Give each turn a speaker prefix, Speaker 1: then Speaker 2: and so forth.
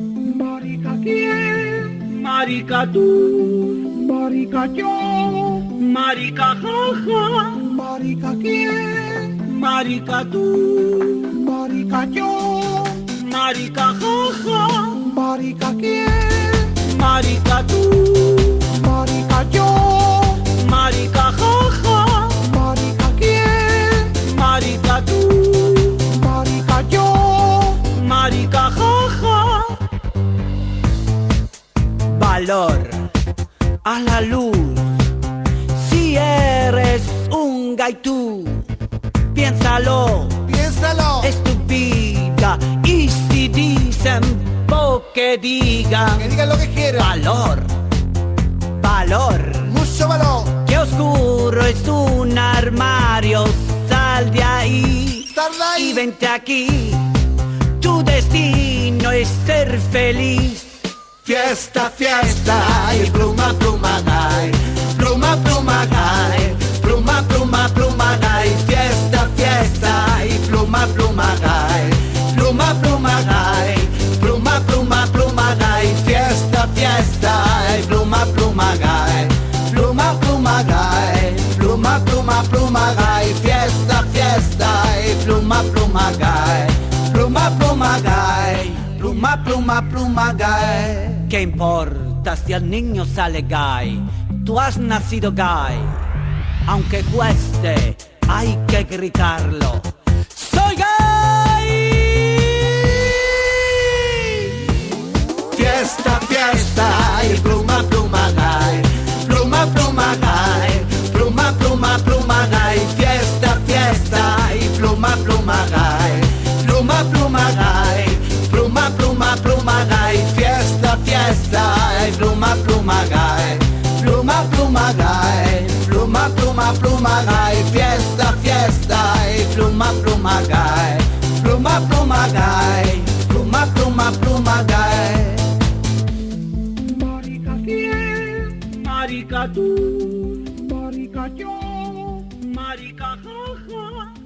Speaker 1: Marica quién, marica tú,
Speaker 2: marica yo,
Speaker 1: marica jaja,
Speaker 2: marica quién,
Speaker 1: marica tú,
Speaker 2: marica yo,
Speaker 1: marica jaja,
Speaker 2: marica quién,
Speaker 1: marica tú,
Speaker 2: marica yo,
Speaker 1: marica jaja,
Speaker 2: marica quién,
Speaker 1: marica tú,
Speaker 2: marica yo,
Speaker 1: marica jaja.
Speaker 3: valor a la luz. Si eres un gaitú, piénsalo,
Speaker 2: piénsalo,
Speaker 3: es tu vida. Y si dicen po que diga
Speaker 2: que digan lo que quieran,
Speaker 3: valor, valor.
Speaker 2: mucho valor,
Speaker 3: Que oscuro es un armario, sal de ahí
Speaker 2: tarda
Speaker 3: y
Speaker 2: ahí,
Speaker 3: vente aquí. Tu destino es ser feliz.
Speaker 2: fiesta, fiesta, y pluma, pluma, dai, pluma, pluma, dai, pluma, pluma, pluma, dai, fiesta, fiesta, y pluma, pluma, dai, pluma, pluma, dai, pluma, pluma, pluma, dai, fiesta, fiesta, y pluma, pluma, dai, pluma, pluma, dai, pluma, pluma, pluma, dai, fiesta, fiesta, y pluma, pluma, dai, pluma, pluma, dai, pluma, pluma, pluma, dai.
Speaker 3: ¿Qué importa si al niño sale gay? Tú has nacido gay. Aunque cueste, hay que gritarlo. ¡Soy gay!
Speaker 2: Fiesta, fiesta, y pluma, pluma, gay. Pluma, pluma, gay. Pluma, pluma, pluma, gay. Fiesta, fiesta, y pluma, pluma, gay. Pluma, pluma, gay. Pluma, pluma, pluma, gay. Fiesta, fiesta, y pluma, pluma, gay. Pluma, pluma, gay. Pluma, pluma, pluma, gay. Fiesta, fiesta, y pluma, pluma, gay. Pluma, pluma, gay. Pluma, pluma, pluma, gay.
Speaker 1: Marica quién, marica tú,
Speaker 2: Marica yo,
Speaker 1: marica jaja.